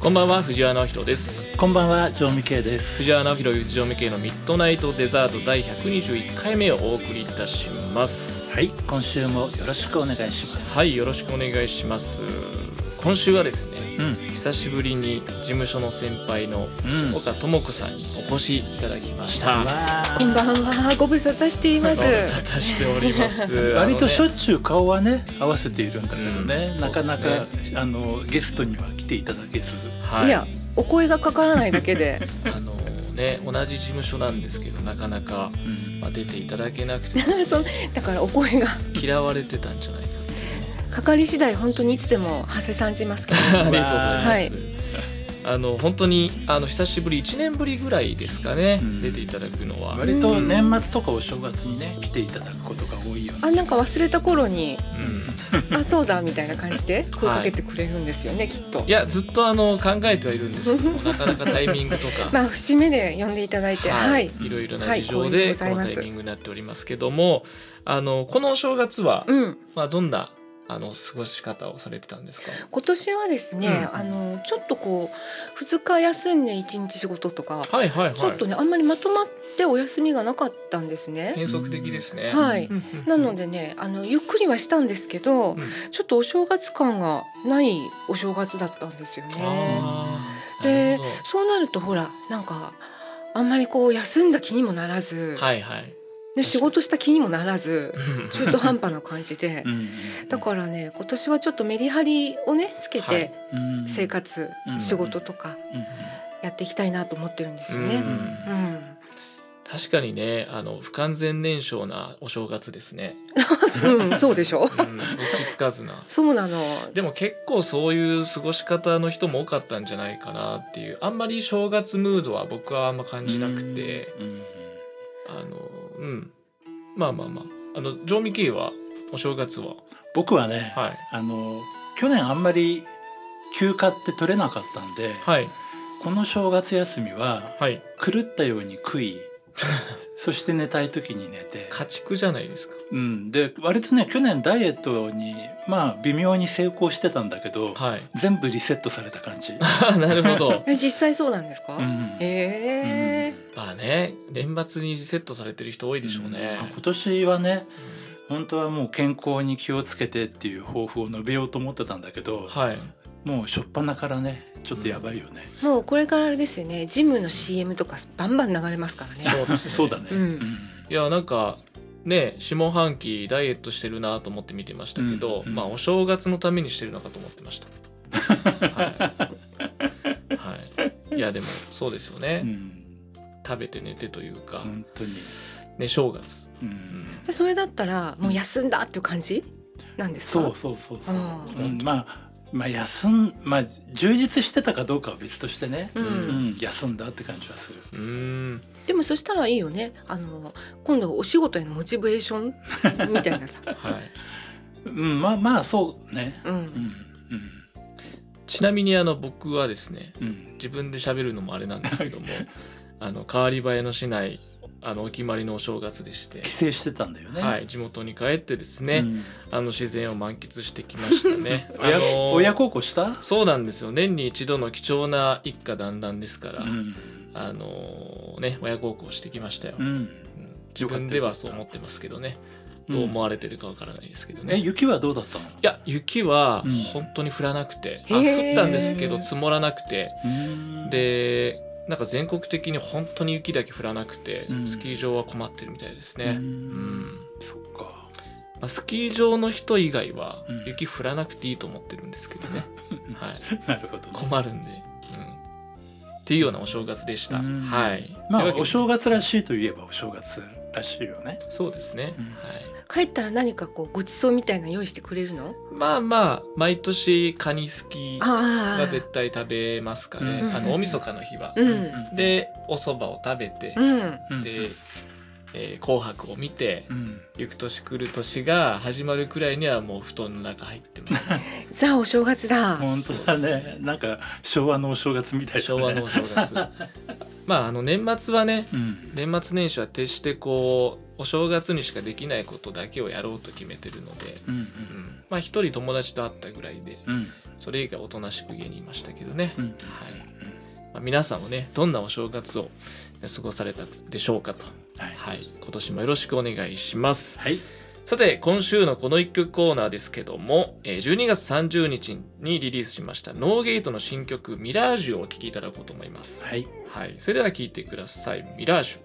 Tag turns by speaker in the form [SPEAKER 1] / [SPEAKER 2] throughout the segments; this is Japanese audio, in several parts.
[SPEAKER 1] こんばんは藤原直弘です
[SPEAKER 2] こんばんは、ジョーミケイです。
[SPEAKER 1] 藤原直弘ゆず常務系のミッドナイトデザート第121回目をお送りいたします
[SPEAKER 2] はい、今週もよろしくお願いします。
[SPEAKER 1] はいよろしくお願いします今週はですね
[SPEAKER 2] うん、
[SPEAKER 1] 久しぶりに事務所の先輩の
[SPEAKER 2] うん
[SPEAKER 1] 岡智子さんにお越しいただきました、
[SPEAKER 3] こんばん
[SPEAKER 2] わ
[SPEAKER 3] は、ご無沙汰していま
[SPEAKER 1] ご
[SPEAKER 3] す。、
[SPEAKER 1] 無沙汰しております
[SPEAKER 2] ー割としょ
[SPEAKER 1] あのね
[SPEAKER 2] っちゅう顔はね、合わせているんだけどね、
[SPEAKER 1] うん
[SPEAKER 2] なかなか、
[SPEAKER 1] そう
[SPEAKER 2] あのゲストには来ていただけず。
[SPEAKER 1] はいい
[SPEAKER 3] や、お声がかからないだ けで、
[SPEAKER 1] あのね同じ事務所なんですけどなかなか、
[SPEAKER 2] うん
[SPEAKER 1] まあ、出ていただけなくてですね
[SPEAKER 3] そのだからお声が
[SPEAKER 1] 嫌われてたんじゃないかっていうね
[SPEAKER 3] かかり次第本当にいつでも長谷さんじますけど。
[SPEAKER 1] ありがとうございます。あの本当にあの久しぶり1年ぶりぐらいですかね、
[SPEAKER 2] うん
[SPEAKER 1] 出ていただくのは、
[SPEAKER 2] 割と年末とかお正月にね、来ていただくことが多いよね。
[SPEAKER 3] あ、なんか忘れた 頃に、
[SPEAKER 1] うん
[SPEAKER 3] あ、そうだみたいな感じで声かけてくれるんですよね、きっと
[SPEAKER 1] い。やずっとあの考えてはいるんですけどもなかなかタイミングと か、
[SPEAKER 3] まあ、節目で呼んでいただいて、はい、
[SPEAKER 1] い、いろいろな事情でこ
[SPEAKER 3] はい光栄でござい
[SPEAKER 1] の
[SPEAKER 3] ま
[SPEAKER 1] タ
[SPEAKER 3] す
[SPEAKER 1] イミングになっておりますけどもあのこのお正月は、
[SPEAKER 3] うん、
[SPEAKER 1] まあ、どんなあの過ごし方をされてたんですか
[SPEAKER 3] 今年はですね、
[SPEAKER 1] うん
[SPEAKER 3] あの、ちょっとこう、二日休んで一日仕事とか。
[SPEAKER 1] はいはいはい
[SPEAKER 3] ちょっとね、あんまりまとまってお休みがなかったんですね。
[SPEAKER 1] 変則的ですね。
[SPEAKER 3] はい
[SPEAKER 1] うんうんうん
[SPEAKER 3] なのでね、あのゆっくりはしたんですけ
[SPEAKER 1] う
[SPEAKER 3] ど、
[SPEAKER 1] ん
[SPEAKER 3] ちょっとお正月感がないお正月だったんですよね。
[SPEAKER 1] あーな
[SPEAKER 3] で
[SPEAKER 1] るほど
[SPEAKER 3] そうなるとほらなんかあんまりこう休んだ気にもならず、
[SPEAKER 1] はいはい。
[SPEAKER 3] で仕事した気にもなら ず中途半端な感じで
[SPEAKER 2] う。ん
[SPEAKER 3] だからね今年はちょっとメリハリをねつけ
[SPEAKER 1] は
[SPEAKER 3] て
[SPEAKER 1] い
[SPEAKER 2] うん
[SPEAKER 3] 生活、
[SPEAKER 2] うん
[SPEAKER 3] 仕事とか
[SPEAKER 2] うん
[SPEAKER 3] やっていきたいなと思ってるんです
[SPEAKER 1] う
[SPEAKER 3] よね。
[SPEAKER 1] ん
[SPEAKER 3] うん
[SPEAKER 1] 確かにねあの不完全燃焼なお正月ですね、
[SPEAKER 3] うん、そうでしょ
[SPEAKER 1] うん、どっちつかずな
[SPEAKER 3] そうなの
[SPEAKER 1] でも結構そういう過ごし方の人も多かったんじゃないかなっていうあんまり正月ムードは僕はあんま感じなくて、
[SPEAKER 2] うんうん
[SPEAKER 1] あのうんまあまあまああの常味系はお正月は
[SPEAKER 2] 僕はね、
[SPEAKER 1] はい
[SPEAKER 2] あの去年あんまり休暇って取れなかったんで、
[SPEAKER 1] はい
[SPEAKER 2] この正月休みは
[SPEAKER 1] はい
[SPEAKER 2] 狂ったように食い そして寝たい時に寝て、
[SPEAKER 1] 家畜じゃないですか
[SPEAKER 2] うん、で割とね去年ダイエットにまあ微妙に成功してたんだけど、
[SPEAKER 1] はい
[SPEAKER 2] 全部リセットされた感じ、
[SPEAKER 1] なるほど
[SPEAKER 3] え実際そうなんですか、
[SPEAKER 2] うん
[SPEAKER 3] えー
[SPEAKER 1] まあね年末にリセットされてる人多いでしょうね
[SPEAKER 2] うん、今年はね本当はもう健康に気をつけてっていう抱負を述べようと思ってたんだけど、
[SPEAKER 1] はい
[SPEAKER 2] もう初っ端からねちょっとやばいよね、
[SPEAKER 3] もうこれからあれですよねジムの CM とかバンバン流れますからね
[SPEAKER 2] そうだね、
[SPEAKER 3] うん
[SPEAKER 1] いやなんかね下半期ダイエットしてるなと思って見てましたけど、
[SPEAKER 2] うんうん
[SPEAKER 1] まあお正月のためにしてるのかと思ってました。はい、はい、いやでもそうですよね、
[SPEAKER 2] うん
[SPEAKER 1] 食べて寝てというか、
[SPEAKER 2] 本当に、
[SPEAKER 1] ね正月、
[SPEAKER 2] う
[SPEAKER 1] うん
[SPEAKER 2] ん、
[SPEAKER 3] でそれだったらもう休んだっていう感じなんですか
[SPEAKER 2] そうそうそうそう、
[SPEAKER 3] あー
[SPEAKER 2] うん、まあまあ休んまあ充実してたかどうかは別としてね、
[SPEAKER 3] うん
[SPEAKER 2] うん、休んだって感じはする
[SPEAKER 1] うーん
[SPEAKER 3] でもそしたらいいよねあの今度お仕事へのモチベーションみたいなさ、
[SPEAKER 1] はい、
[SPEAKER 2] うんまあまあそうね
[SPEAKER 3] う
[SPEAKER 2] うん
[SPEAKER 3] ん、
[SPEAKER 1] ちなみにあの僕はですね
[SPEAKER 2] うんうん
[SPEAKER 1] 自分で喋るのもあれなんですけ どもあの変わり映えのしないあのお決まりのお正月でして
[SPEAKER 2] 帰、省してたんだよね
[SPEAKER 1] はい、地元に帰ってですね、
[SPEAKER 2] うん。
[SPEAKER 1] あの自然を満喫してきましたね
[SPEAKER 2] 親
[SPEAKER 1] あのー
[SPEAKER 2] 親孝行した
[SPEAKER 1] そうなんですよ年に一度の貴重な一家団らんですから、
[SPEAKER 2] うん
[SPEAKER 1] あのーね親孝行してきましたよ、
[SPEAKER 2] う
[SPEAKER 1] うん
[SPEAKER 2] ん
[SPEAKER 1] 自分ではそう思ってますけどね、
[SPEAKER 2] うん
[SPEAKER 1] どう思われてるかわからないですけどね、
[SPEAKER 2] え
[SPEAKER 1] い
[SPEAKER 2] 雪はどうだったの
[SPEAKER 1] や雪は
[SPEAKER 2] うん
[SPEAKER 1] 本当に降らなくて、あ
[SPEAKER 3] へー
[SPEAKER 1] 降ったんですけど積もらなくて
[SPEAKER 2] うん
[SPEAKER 1] でなんか全国的に本当に雪だけ降らなくて、
[SPEAKER 2] うん
[SPEAKER 1] スキー場は困ってるみたいです
[SPEAKER 2] う
[SPEAKER 1] ね、うん
[SPEAKER 2] んそっか
[SPEAKER 1] まあ、スキー場の人以外は
[SPEAKER 2] うん
[SPEAKER 1] 雪降らなくていいと思ってるんですけど ね、はい、
[SPEAKER 2] なるほどね
[SPEAKER 1] 困るんで、うん、っていうようなお正月でした。
[SPEAKER 2] うん
[SPEAKER 1] はい。
[SPEAKER 2] ま
[SPEAKER 1] というわけ
[SPEAKER 2] あ
[SPEAKER 1] で
[SPEAKER 2] お正月らしいといえばお正月らしいよね
[SPEAKER 1] そうですね。
[SPEAKER 2] うん
[SPEAKER 1] はい。
[SPEAKER 3] 帰ったら何かこうごちそうみたいなの用意してくれるの
[SPEAKER 1] まあまあ毎年カニすき
[SPEAKER 3] あ
[SPEAKER 1] は
[SPEAKER 3] あ
[SPEAKER 1] 絶対食べますかね。
[SPEAKER 2] うん
[SPEAKER 1] あの大晦日の日は。
[SPEAKER 3] うん
[SPEAKER 1] でお蕎麦を食べて、
[SPEAKER 3] うん
[SPEAKER 2] うん
[SPEAKER 1] で、えー紅白を見て
[SPEAKER 2] う。ん
[SPEAKER 1] ゆく年来る年が始まるくらいにはもう布団の中入って ます、ね、
[SPEAKER 3] ザお正月だ
[SPEAKER 2] 本当だ
[SPEAKER 1] そう
[SPEAKER 2] ねなんか昭和のお正月みたいだね
[SPEAKER 1] 昭和のお正月まああの年末はね
[SPEAKER 2] うん
[SPEAKER 1] 年末年始は徹してこうお正月にしかできないことだけをやろうと決めてるので、
[SPEAKER 2] うん
[SPEAKER 1] うんまあ一人友達と会ったぐらいで
[SPEAKER 2] うん
[SPEAKER 1] それ以外おとなしく家にいましたけどね、
[SPEAKER 2] うん
[SPEAKER 1] はいまあ、皆さんもねどんなお正月を過ごされたでしょうかと、
[SPEAKER 2] はい
[SPEAKER 1] はい、今年もよろしくお願いします
[SPEAKER 2] はい
[SPEAKER 1] さて今週のこの1曲コーナーですけどもえー12月30日にリリースしましたノーゲートの新曲「ミラージュ」をお聴きいただこうと思います、
[SPEAKER 2] はい
[SPEAKER 1] はい、それでは聴いてください「ミラージュ」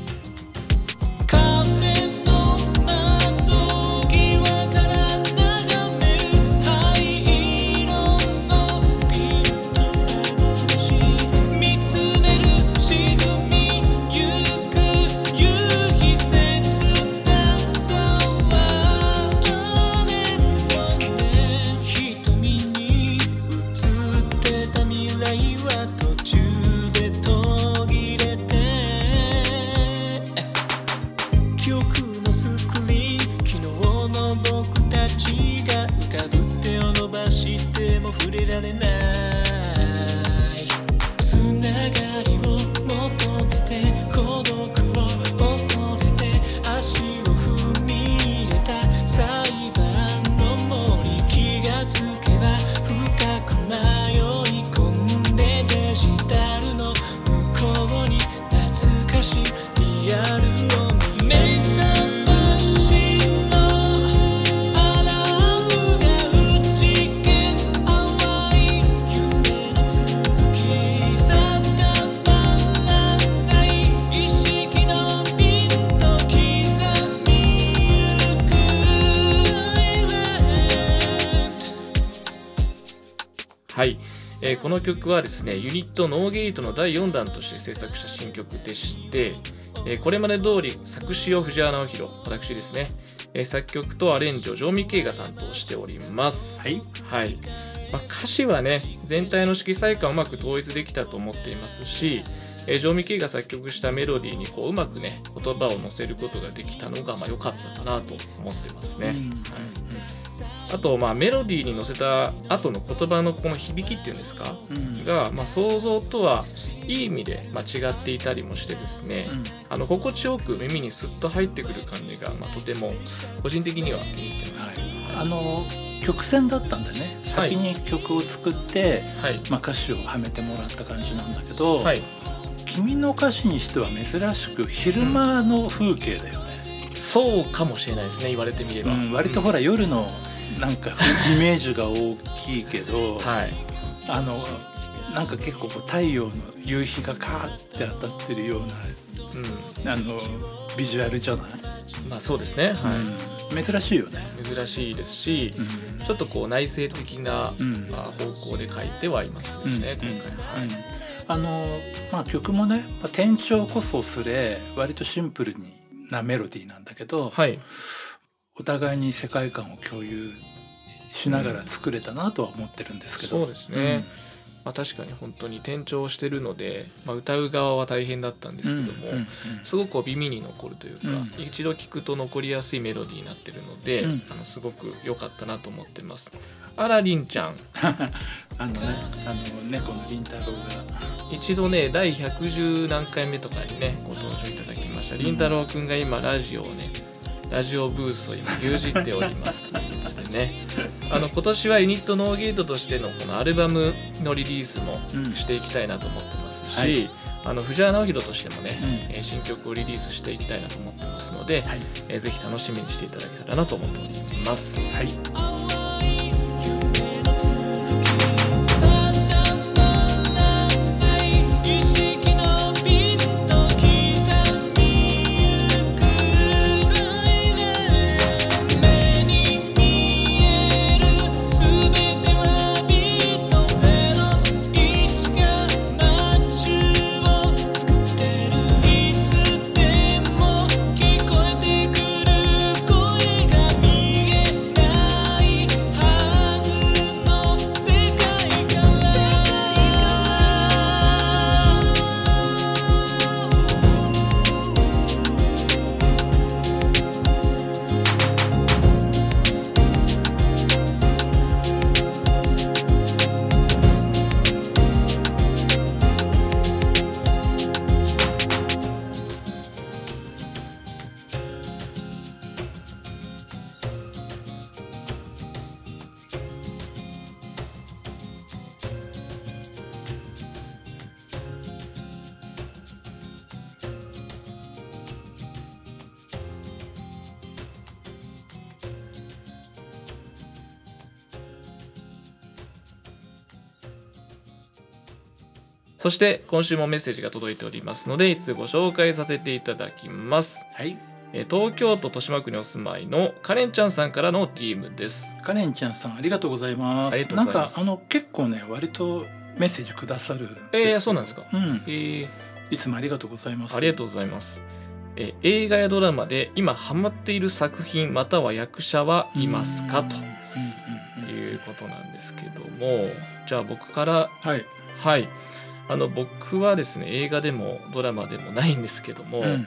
[SPEAKER 4] 「カフェの窓際から眺める」「灰色のビルと眩しい」「見つめる沈みゆく夕日切なさは雨もね」「瞳に映ってた未来は途中で途切れて」記憶のスクリーン昨日の僕たちが浮かぶ手を伸ばしても触れられないつながりを求めて孤独を恐れて足を踏み入れた裁判の森気がつけば深く迷い込んでデジタルの向こうに懐かしいリアルを見目覚ましのアラームが打ち消す淡い夢の続き定まらない意識のピンと刻みゆく Silent
[SPEAKER 1] はい、えーこの曲はですねユニットノーゲートの第4弾として制作した新曲でして、えーこれまで通り作詞を藤原直弘私ですね、えー作曲とアレンジをジョーミケイが担当しております
[SPEAKER 2] はい
[SPEAKER 1] はい、まあ、歌詞はね全体の色彩感をうまく統一できたと思っていますし、えージョーミケイが作曲したメロディーにこううまくね言葉を乗せることができたのがまあ良かったかなと思ってますね、
[SPEAKER 2] うん
[SPEAKER 1] あとまあメロディーに乗せた後の言葉のこの響きっていうんですか
[SPEAKER 2] うんうん
[SPEAKER 1] が、まあ、想像とはいい意味で間違っていたりもしてですね、
[SPEAKER 2] うん
[SPEAKER 1] あの心地よく耳にスッと入ってくる感じが、まあ、とても個人的には気に入ってま
[SPEAKER 2] はい、あの曲線だったんでね
[SPEAKER 1] はい
[SPEAKER 2] 先に曲を作って、
[SPEAKER 1] す。はい、
[SPEAKER 2] まあ、歌詞をはめてもらった感じなんだけど、
[SPEAKER 1] はい、
[SPEAKER 2] 君の歌詞にしては珍しく昼間の風景だよね、
[SPEAKER 1] そうかもしれないですね言われてみれ
[SPEAKER 2] う
[SPEAKER 1] ば、
[SPEAKER 2] ん割と
[SPEAKER 1] う
[SPEAKER 2] ほら夜のなんかイメージが大きいけど、
[SPEAKER 1] んはい
[SPEAKER 2] あのなんか結構こう太陽の夕日がカーって当たってるよう
[SPEAKER 1] う
[SPEAKER 2] なあのビジュアルじゃない、
[SPEAKER 1] ん、まあそうですね、はい
[SPEAKER 2] うん珍しいよね。
[SPEAKER 1] 珍しいですし、
[SPEAKER 2] うん
[SPEAKER 1] ちょっとこう内省的な、
[SPEAKER 2] うん
[SPEAKER 1] まあ、方向で書いてはいますよね、
[SPEAKER 2] うん
[SPEAKER 1] 今回は、はい
[SPEAKER 2] うんあのまあ曲もね、まあ、転調こそすれ割とシンプルになメロディーなんだけど、
[SPEAKER 1] はい
[SPEAKER 2] お互いに世界観を共有しながら作れたなとは思ってるんですけど、
[SPEAKER 1] そうですね、まあ、確かに本当に転調してるので、まあ、歌う側は大変だったんですけども、
[SPEAKER 2] うんうん
[SPEAKER 1] すごく耳に残るというか、
[SPEAKER 2] う
[SPEAKER 1] 一度聞くと残りやすいメロディーになってるので、
[SPEAKER 2] うん
[SPEAKER 1] あのすごく良かったなと思ってます。あらりんちゃん
[SPEAKER 2] あのねあの猫のりんたろうが
[SPEAKER 1] 一度ね第110何回目とかにねご登場いただきましたりんたろうくんが今ラジオをねラジオブースを今牛耳っておりますということ でねあの今年はユニットノーゲートとしてのこのアルバムのリリースも
[SPEAKER 2] うん
[SPEAKER 1] していきたいなと思ってますし、
[SPEAKER 2] はい
[SPEAKER 1] あの藤原直弘としてもね、
[SPEAKER 2] う
[SPEAKER 1] えー新曲をリリースしていきたいなと思ってますので、
[SPEAKER 2] はい
[SPEAKER 1] えーぜひ楽しみにしていただけたらなと思っております。
[SPEAKER 2] はい
[SPEAKER 4] 「青い夢の続き」「定まらない意識のピンと刻みゆく」「目に見えるすべてはビートゼロ」「一が街を作ってる」「いつでも聞こえてくる声が見えない」「
[SPEAKER 1] そして今週もメッセージが届いておりますのでいつご紹介させていただきます、
[SPEAKER 2] はい
[SPEAKER 1] えー東京都豊島区にお住まいのカレンちゃんさんからの DM です
[SPEAKER 2] カレンちゃんさんありがとうございます
[SPEAKER 1] ありがとうございます
[SPEAKER 2] なんかあの結構ね割とメッセージくださる
[SPEAKER 1] えー、そうなんんですか
[SPEAKER 2] うん
[SPEAKER 1] えー、
[SPEAKER 2] いつもありがとうございます
[SPEAKER 1] ありがとうございます。えー映画やドラマで今ハマっている作品または役者はいますか
[SPEAKER 2] うんうん
[SPEAKER 1] と
[SPEAKER 2] うんうん
[SPEAKER 1] いうことなんですけどもじゃあ僕から
[SPEAKER 2] はい、
[SPEAKER 1] はいあの僕はですね映画でもドラマでもないんですけども、
[SPEAKER 2] うん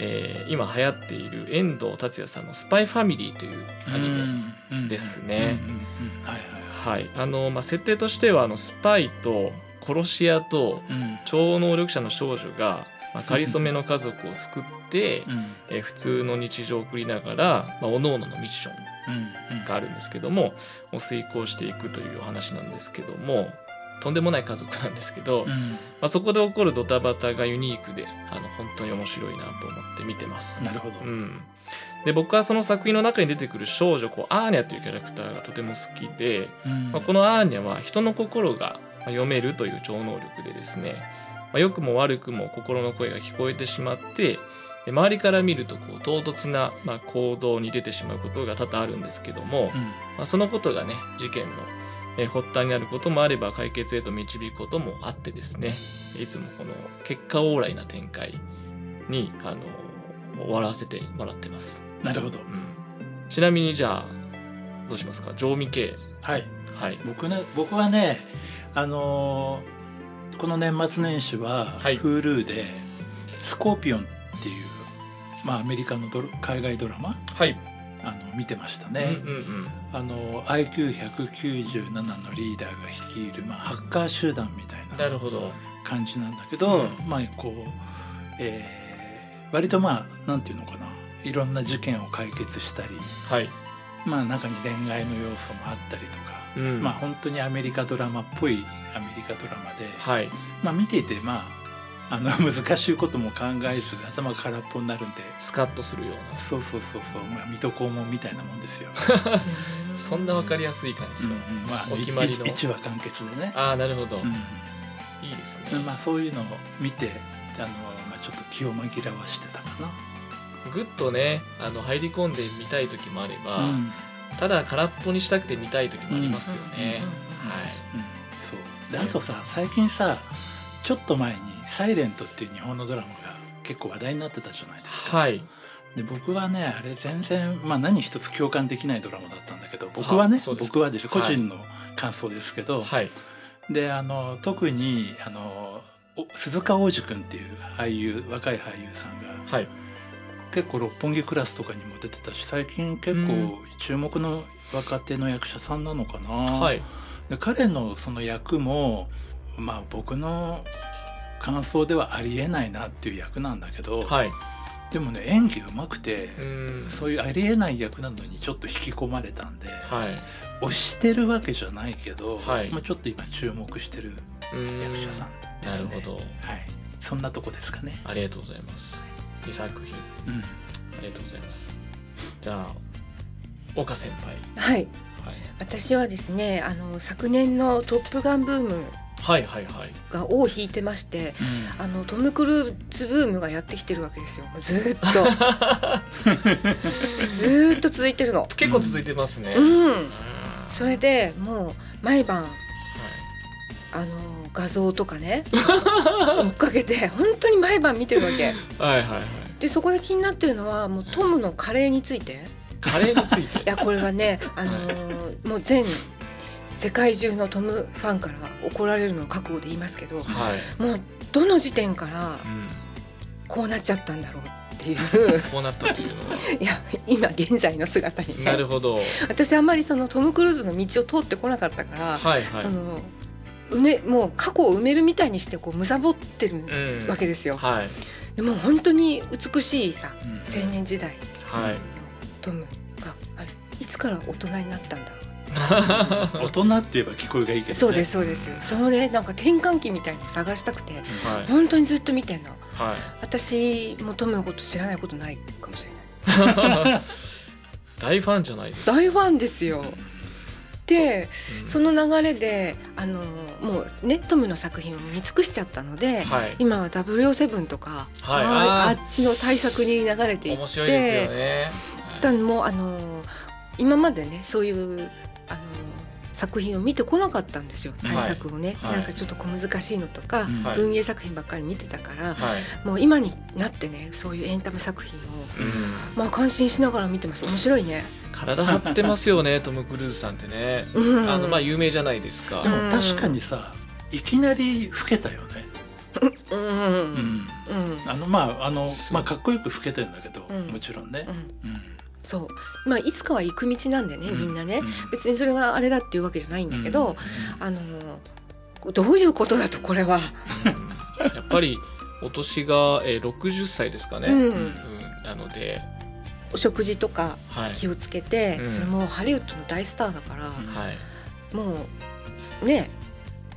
[SPEAKER 1] えー今流行っている遠藤達也さんの「スパイファミリー」というアニメ、
[SPEAKER 2] メ
[SPEAKER 1] ですね
[SPEAKER 2] うんうんうんはいはい
[SPEAKER 1] はいあのまあ、設定としてはあのスパイと殺し屋と
[SPEAKER 2] う
[SPEAKER 1] 超能力者の少女が、 まあ、かりそめの家族を作って、
[SPEAKER 2] んうん
[SPEAKER 1] えー普通の日常を送りながら、まあ、おののミッション
[SPEAKER 2] うんうん
[SPEAKER 1] があるんですけどもを遂行していくというお話なんですけどもとんでもない家族なんですけど、
[SPEAKER 2] う
[SPEAKER 1] ま
[SPEAKER 2] ん
[SPEAKER 1] あ、そこで起こるドタバタがユニークであの本当に面白いなと思って見てます。
[SPEAKER 2] なるほど
[SPEAKER 1] うん、で僕はその作品の中に出てくる少女こうアーニャというキャラクターがとても好きで、
[SPEAKER 2] うん
[SPEAKER 1] まあ、このアーニャは人の心が読めるという超能力でですね、まあ良くも悪くも心の声が聞こえてしまってで周りから見るとこう唐突な、まあ、行動に出てしまうことが多々あるんですけども、
[SPEAKER 2] うん
[SPEAKER 1] まあ、そのことがね事件のえー発端になることもあれば解決へと導くこともあってですねいつもこの結果往来な展開にあの笑わせてもらってます、
[SPEAKER 2] なるほど
[SPEAKER 1] うん、ちなみにじゃあどうしますか常味系
[SPEAKER 2] はい
[SPEAKER 1] はい
[SPEAKER 2] 僕ね僕はねあのーこの年末年始は
[SPEAKER 1] はい
[SPEAKER 2] Hulu で「スコーピオン」っていう、まあ、アメリカのドラ海外ドラマ
[SPEAKER 1] はい
[SPEAKER 2] あの見てました
[SPEAKER 1] うん
[SPEAKER 2] ね、
[SPEAKER 1] うんうん
[SPEAKER 2] あの IQ197 のリーダーが率いる、まあ、ハッカー集団みたい
[SPEAKER 1] な
[SPEAKER 2] な
[SPEAKER 1] るほど。
[SPEAKER 2] 感じなんだけど、まあこう、えー割とまあなんていうのかないろんな事件を解決したり、
[SPEAKER 1] はい。
[SPEAKER 2] まあ、中に恋愛の要素もあったりとか、
[SPEAKER 1] うん。
[SPEAKER 2] まあ本当にアメリカドラマっぽいアメリカドラマで、
[SPEAKER 1] はい。
[SPEAKER 2] まあ、見ていてまああの 難しいことも考えず頭が空っぽになるんで
[SPEAKER 1] スカッとするよう
[SPEAKER 2] そうそうそうそう、まあ、水戸黄門みたいなも んですよ、
[SPEAKER 1] な。そんなわかりやすい感
[SPEAKER 2] うん
[SPEAKER 1] じ。
[SPEAKER 2] うんまあ、
[SPEAKER 1] お決まりの
[SPEAKER 2] 一話完結でね、
[SPEAKER 1] ああ、なるほど。
[SPEAKER 2] う
[SPEAKER 1] いいですね。
[SPEAKER 2] んまあ、そういうのを見てあの、まあ、ちょっと気を紛らわしてたかな。
[SPEAKER 1] ぐっとね、あの入り込んでみたい時もあれば、
[SPEAKER 2] うん
[SPEAKER 1] ただ空っぽにしたくて見たい時もありますよね。
[SPEAKER 3] うん
[SPEAKER 1] はい。
[SPEAKER 2] うんそうであとさ最近さちょっと前に「サイレントっていう日本のドラマが結構話題になってたじゃないですか。
[SPEAKER 1] はい。
[SPEAKER 2] で僕はねあれ全然、まあ、何一つ共感できないドラマだったんだけど僕はね
[SPEAKER 1] あそうですか
[SPEAKER 2] 僕はです
[SPEAKER 1] は
[SPEAKER 2] 個
[SPEAKER 1] い
[SPEAKER 2] 人の感想ですけど、
[SPEAKER 1] はい。
[SPEAKER 2] であの特にあのお鈴鹿央士君っていう俳優若い俳優さんが
[SPEAKER 1] はい。
[SPEAKER 2] 結構「六本木クラス」とかにも出てたし最近結構注目の若手の役者さんなのかな。
[SPEAKER 1] はい。
[SPEAKER 2] で彼のその役もまあ僕の感想ではありえないなっていう役なんだけど、
[SPEAKER 1] はい。
[SPEAKER 2] でもね演技うまくて、
[SPEAKER 1] うん。
[SPEAKER 2] そういうありえない役なのにちょっと引き込まれたんで、
[SPEAKER 1] はい。
[SPEAKER 2] 推してるわけじゃないけど、
[SPEAKER 1] はい
[SPEAKER 2] まあ、ちょっと今注目してる
[SPEAKER 1] うん。
[SPEAKER 2] 役者さんですね。
[SPEAKER 1] なるほど
[SPEAKER 2] はい、そんなとこですかね。
[SPEAKER 1] ありがとうございます。二作品。
[SPEAKER 2] うん、
[SPEAKER 1] ありがとうございます。じゃあ、岡先輩。
[SPEAKER 3] はい
[SPEAKER 1] はい。
[SPEAKER 3] 私はですねあの昨年の「トップガン」ブーム
[SPEAKER 1] はいはいはい。
[SPEAKER 3] が尾を引いてましてあのトム・クルーズブームがやってきてるわけですよずーっとずーっと続いてるの
[SPEAKER 1] 結構続いてますね。
[SPEAKER 3] うん
[SPEAKER 1] あー
[SPEAKER 3] それでもう毎晩
[SPEAKER 1] はい
[SPEAKER 3] あの画像とかね追っかけて本当に毎晩見てるわけ
[SPEAKER 1] はいはいはい。
[SPEAKER 3] でそこで気になってるのはもうトムのカレーについて
[SPEAKER 1] カレーについ
[SPEAKER 3] い
[SPEAKER 1] て。
[SPEAKER 3] やこれはねあのーもう全世界中のトムファンから怒られるのを覚悟で言いますけど
[SPEAKER 1] はい。
[SPEAKER 3] もうどの時点か
[SPEAKER 1] う
[SPEAKER 3] ら
[SPEAKER 1] ん。
[SPEAKER 3] こうなっちゃったんだろうっていう
[SPEAKER 1] こうなったというのは。
[SPEAKER 3] いや今現在の姿にね
[SPEAKER 1] なるほど。はい
[SPEAKER 3] 私あんまりそのトム・クルーズの道を通ってこなかったから、
[SPEAKER 1] はい。
[SPEAKER 3] その埋めもう過去を埋めるみたいにしてこう貪ってる
[SPEAKER 1] うん
[SPEAKER 3] わけですよ。
[SPEAKER 1] はい。
[SPEAKER 3] でも本当に美しいさ
[SPEAKER 2] うん
[SPEAKER 3] 青年時代の
[SPEAKER 1] はい。
[SPEAKER 3] トムがあれいつから大人になったんだろう
[SPEAKER 2] 大人って言えば聞こえがいいけど、ね、
[SPEAKER 3] そうですそうですそのねなんか転換期みたいのを探したくて
[SPEAKER 1] はい。
[SPEAKER 3] 本当にずっと見てんの
[SPEAKER 1] は
[SPEAKER 3] 私もトムのこと知らないことないかもしれな
[SPEAKER 1] い。
[SPEAKER 3] い
[SPEAKER 1] 大ファンじゃないですか。
[SPEAKER 3] 大ファンですよて
[SPEAKER 1] うん
[SPEAKER 3] その流れであのもうねトムの作品を見尽くしちゃったので、
[SPEAKER 1] はい
[SPEAKER 3] 今は007とか、
[SPEAKER 1] はい
[SPEAKER 3] あー
[SPEAKER 1] あー
[SPEAKER 3] あっちの対策に流れていって
[SPEAKER 1] 面白いですよね。
[SPEAKER 3] 一旦もうあの今までねそういうあの作品を見てこなかったんですよ
[SPEAKER 2] はい
[SPEAKER 3] 対策をね、
[SPEAKER 1] はい
[SPEAKER 3] なんかちょっと小難しいのとか、
[SPEAKER 2] うん
[SPEAKER 1] はい
[SPEAKER 3] 文芸作品ばっかり見てたか
[SPEAKER 1] は
[SPEAKER 3] ら、
[SPEAKER 1] い。
[SPEAKER 3] もう今になってねそういうエンタメ作品を
[SPEAKER 1] うん
[SPEAKER 3] まあ感心しながら見てます面白いね。
[SPEAKER 1] 体張ってますよね、トム・クルーズさんってね。
[SPEAKER 3] うん、
[SPEAKER 1] あのまあ有名じゃないですか
[SPEAKER 2] で。
[SPEAKER 3] うん
[SPEAKER 2] も確かにさいきなり老けたよね、
[SPEAKER 3] うんうん
[SPEAKER 2] うん
[SPEAKER 3] うん
[SPEAKER 2] あのまああの
[SPEAKER 1] そう
[SPEAKER 2] まあかっこよく老けてんだけど、
[SPEAKER 3] うん
[SPEAKER 2] もちろんね
[SPEAKER 3] う、ん
[SPEAKER 2] うん
[SPEAKER 3] そうまあいつかは行く道なんでね
[SPEAKER 2] う
[SPEAKER 3] みんなね、
[SPEAKER 2] うん
[SPEAKER 3] 別にそれがあれだっていうわけじゃないんだけ
[SPEAKER 2] うん
[SPEAKER 3] ど、あのどういうことだとこれは、
[SPEAKER 1] やっぱりお年が、えー、60歳ですかね。
[SPEAKER 3] うん
[SPEAKER 1] うんなので、
[SPEAKER 3] お食事とか
[SPEAKER 1] はい。
[SPEAKER 3] 気をつけて、
[SPEAKER 1] うん
[SPEAKER 3] それもハリウッドの大スターだから、
[SPEAKER 1] はい。
[SPEAKER 3] もうね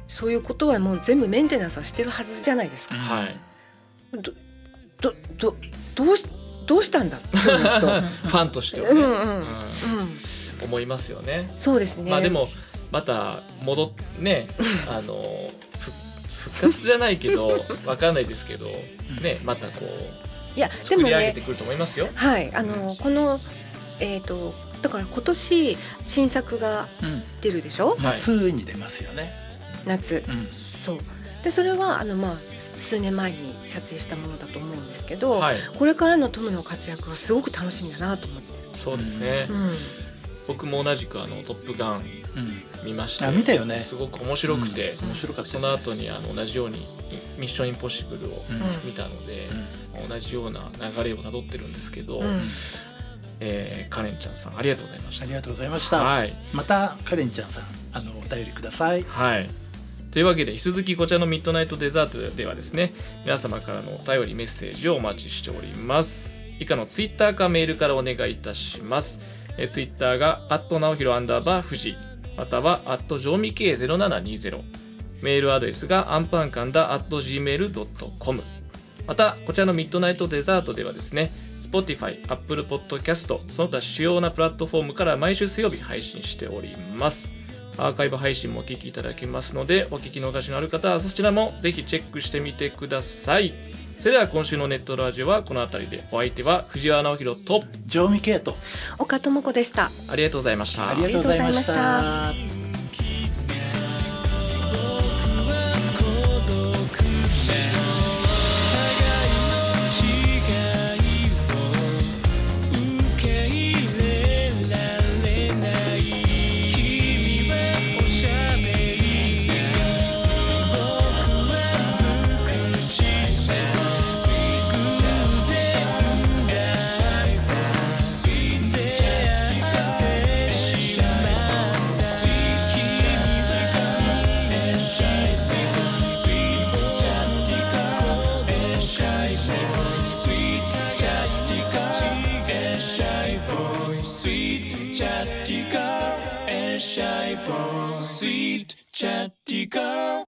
[SPEAKER 3] そういうことはもう全部メンテナンスはしてるはずじゃないですか。
[SPEAKER 1] はい
[SPEAKER 3] どどどどうしどうしたんだって思うと
[SPEAKER 1] ファンとしては
[SPEAKER 3] う
[SPEAKER 1] ね、
[SPEAKER 3] んうんうん
[SPEAKER 1] 思いますよね。
[SPEAKER 3] そうですね。
[SPEAKER 1] まあでもまた戻っ ね、あのふ復活じゃないけ ど、わかんないですけど、ね、またこう
[SPEAKER 3] いやで
[SPEAKER 1] 作
[SPEAKER 3] も
[SPEAKER 1] り上げ
[SPEAKER 3] ね
[SPEAKER 1] てくると思いますよ。
[SPEAKER 3] はいあのこのえっ、とだから今年新作が
[SPEAKER 2] うん
[SPEAKER 3] 出るでしょ
[SPEAKER 1] はい。
[SPEAKER 2] 夏に出ますよね、
[SPEAKER 3] 夏
[SPEAKER 2] うん
[SPEAKER 3] そうでそれはあのまあ数年前に撮影したものだと思うんですけど、
[SPEAKER 1] はい。
[SPEAKER 3] これからのトムの活躍はすごく楽しみだなと思って
[SPEAKER 1] そうですね
[SPEAKER 3] る。。うん
[SPEAKER 1] 僕も同じくあのトップガン見ました。
[SPEAKER 2] あ見たよね
[SPEAKER 1] すごく面白くて、
[SPEAKER 2] うん面白かった
[SPEAKER 1] その後にあの同じようにミッションインポッシブルを
[SPEAKER 2] うん
[SPEAKER 1] 見たので、
[SPEAKER 2] う
[SPEAKER 1] 同じような流れをたどってるんですけど、
[SPEAKER 3] うん
[SPEAKER 1] えーカレンちゃんさんありがとうございまし
[SPEAKER 2] あ
[SPEAKER 1] た。
[SPEAKER 2] りがとうございました、
[SPEAKER 1] はい
[SPEAKER 2] またカレンちゃんさんあのお便りください
[SPEAKER 1] はい。というわけで、引き続きこちらのミッドナイトデザートではですね、皆様からのお便りメッセージをお待ちしております。以下のツイッターかメールからお願いいたします。えーツイッターが、アットナオヒロアンダーバー富士、または、アットジョーミケイ0720。メールアドレスが、アンパンカンダ、アット gmail.com。また、こちらのミッドナイトデザートではですね、Spotify、Apple Podcast、その他主要なプラットフォームから毎週水曜日配信しております。アーカイブ配信もお聞きいただけますので、お聞き逃しのある方はそちらもぜひチェックしてみてください。それでは今週のネットラジオはこの辺りで、お相手は藤原直弘と、
[SPEAKER 2] ジョーミケイト
[SPEAKER 3] 岡智子でした。
[SPEAKER 1] ありがとうございました。
[SPEAKER 2] ありがとうございまし
[SPEAKER 3] ありがとうござい
[SPEAKER 2] た
[SPEAKER 4] 孤独で互いの違いを受け入れられない君はおしゃべり僕は無口で偶然が出会ってしまった君「Sweet Chatty Girl」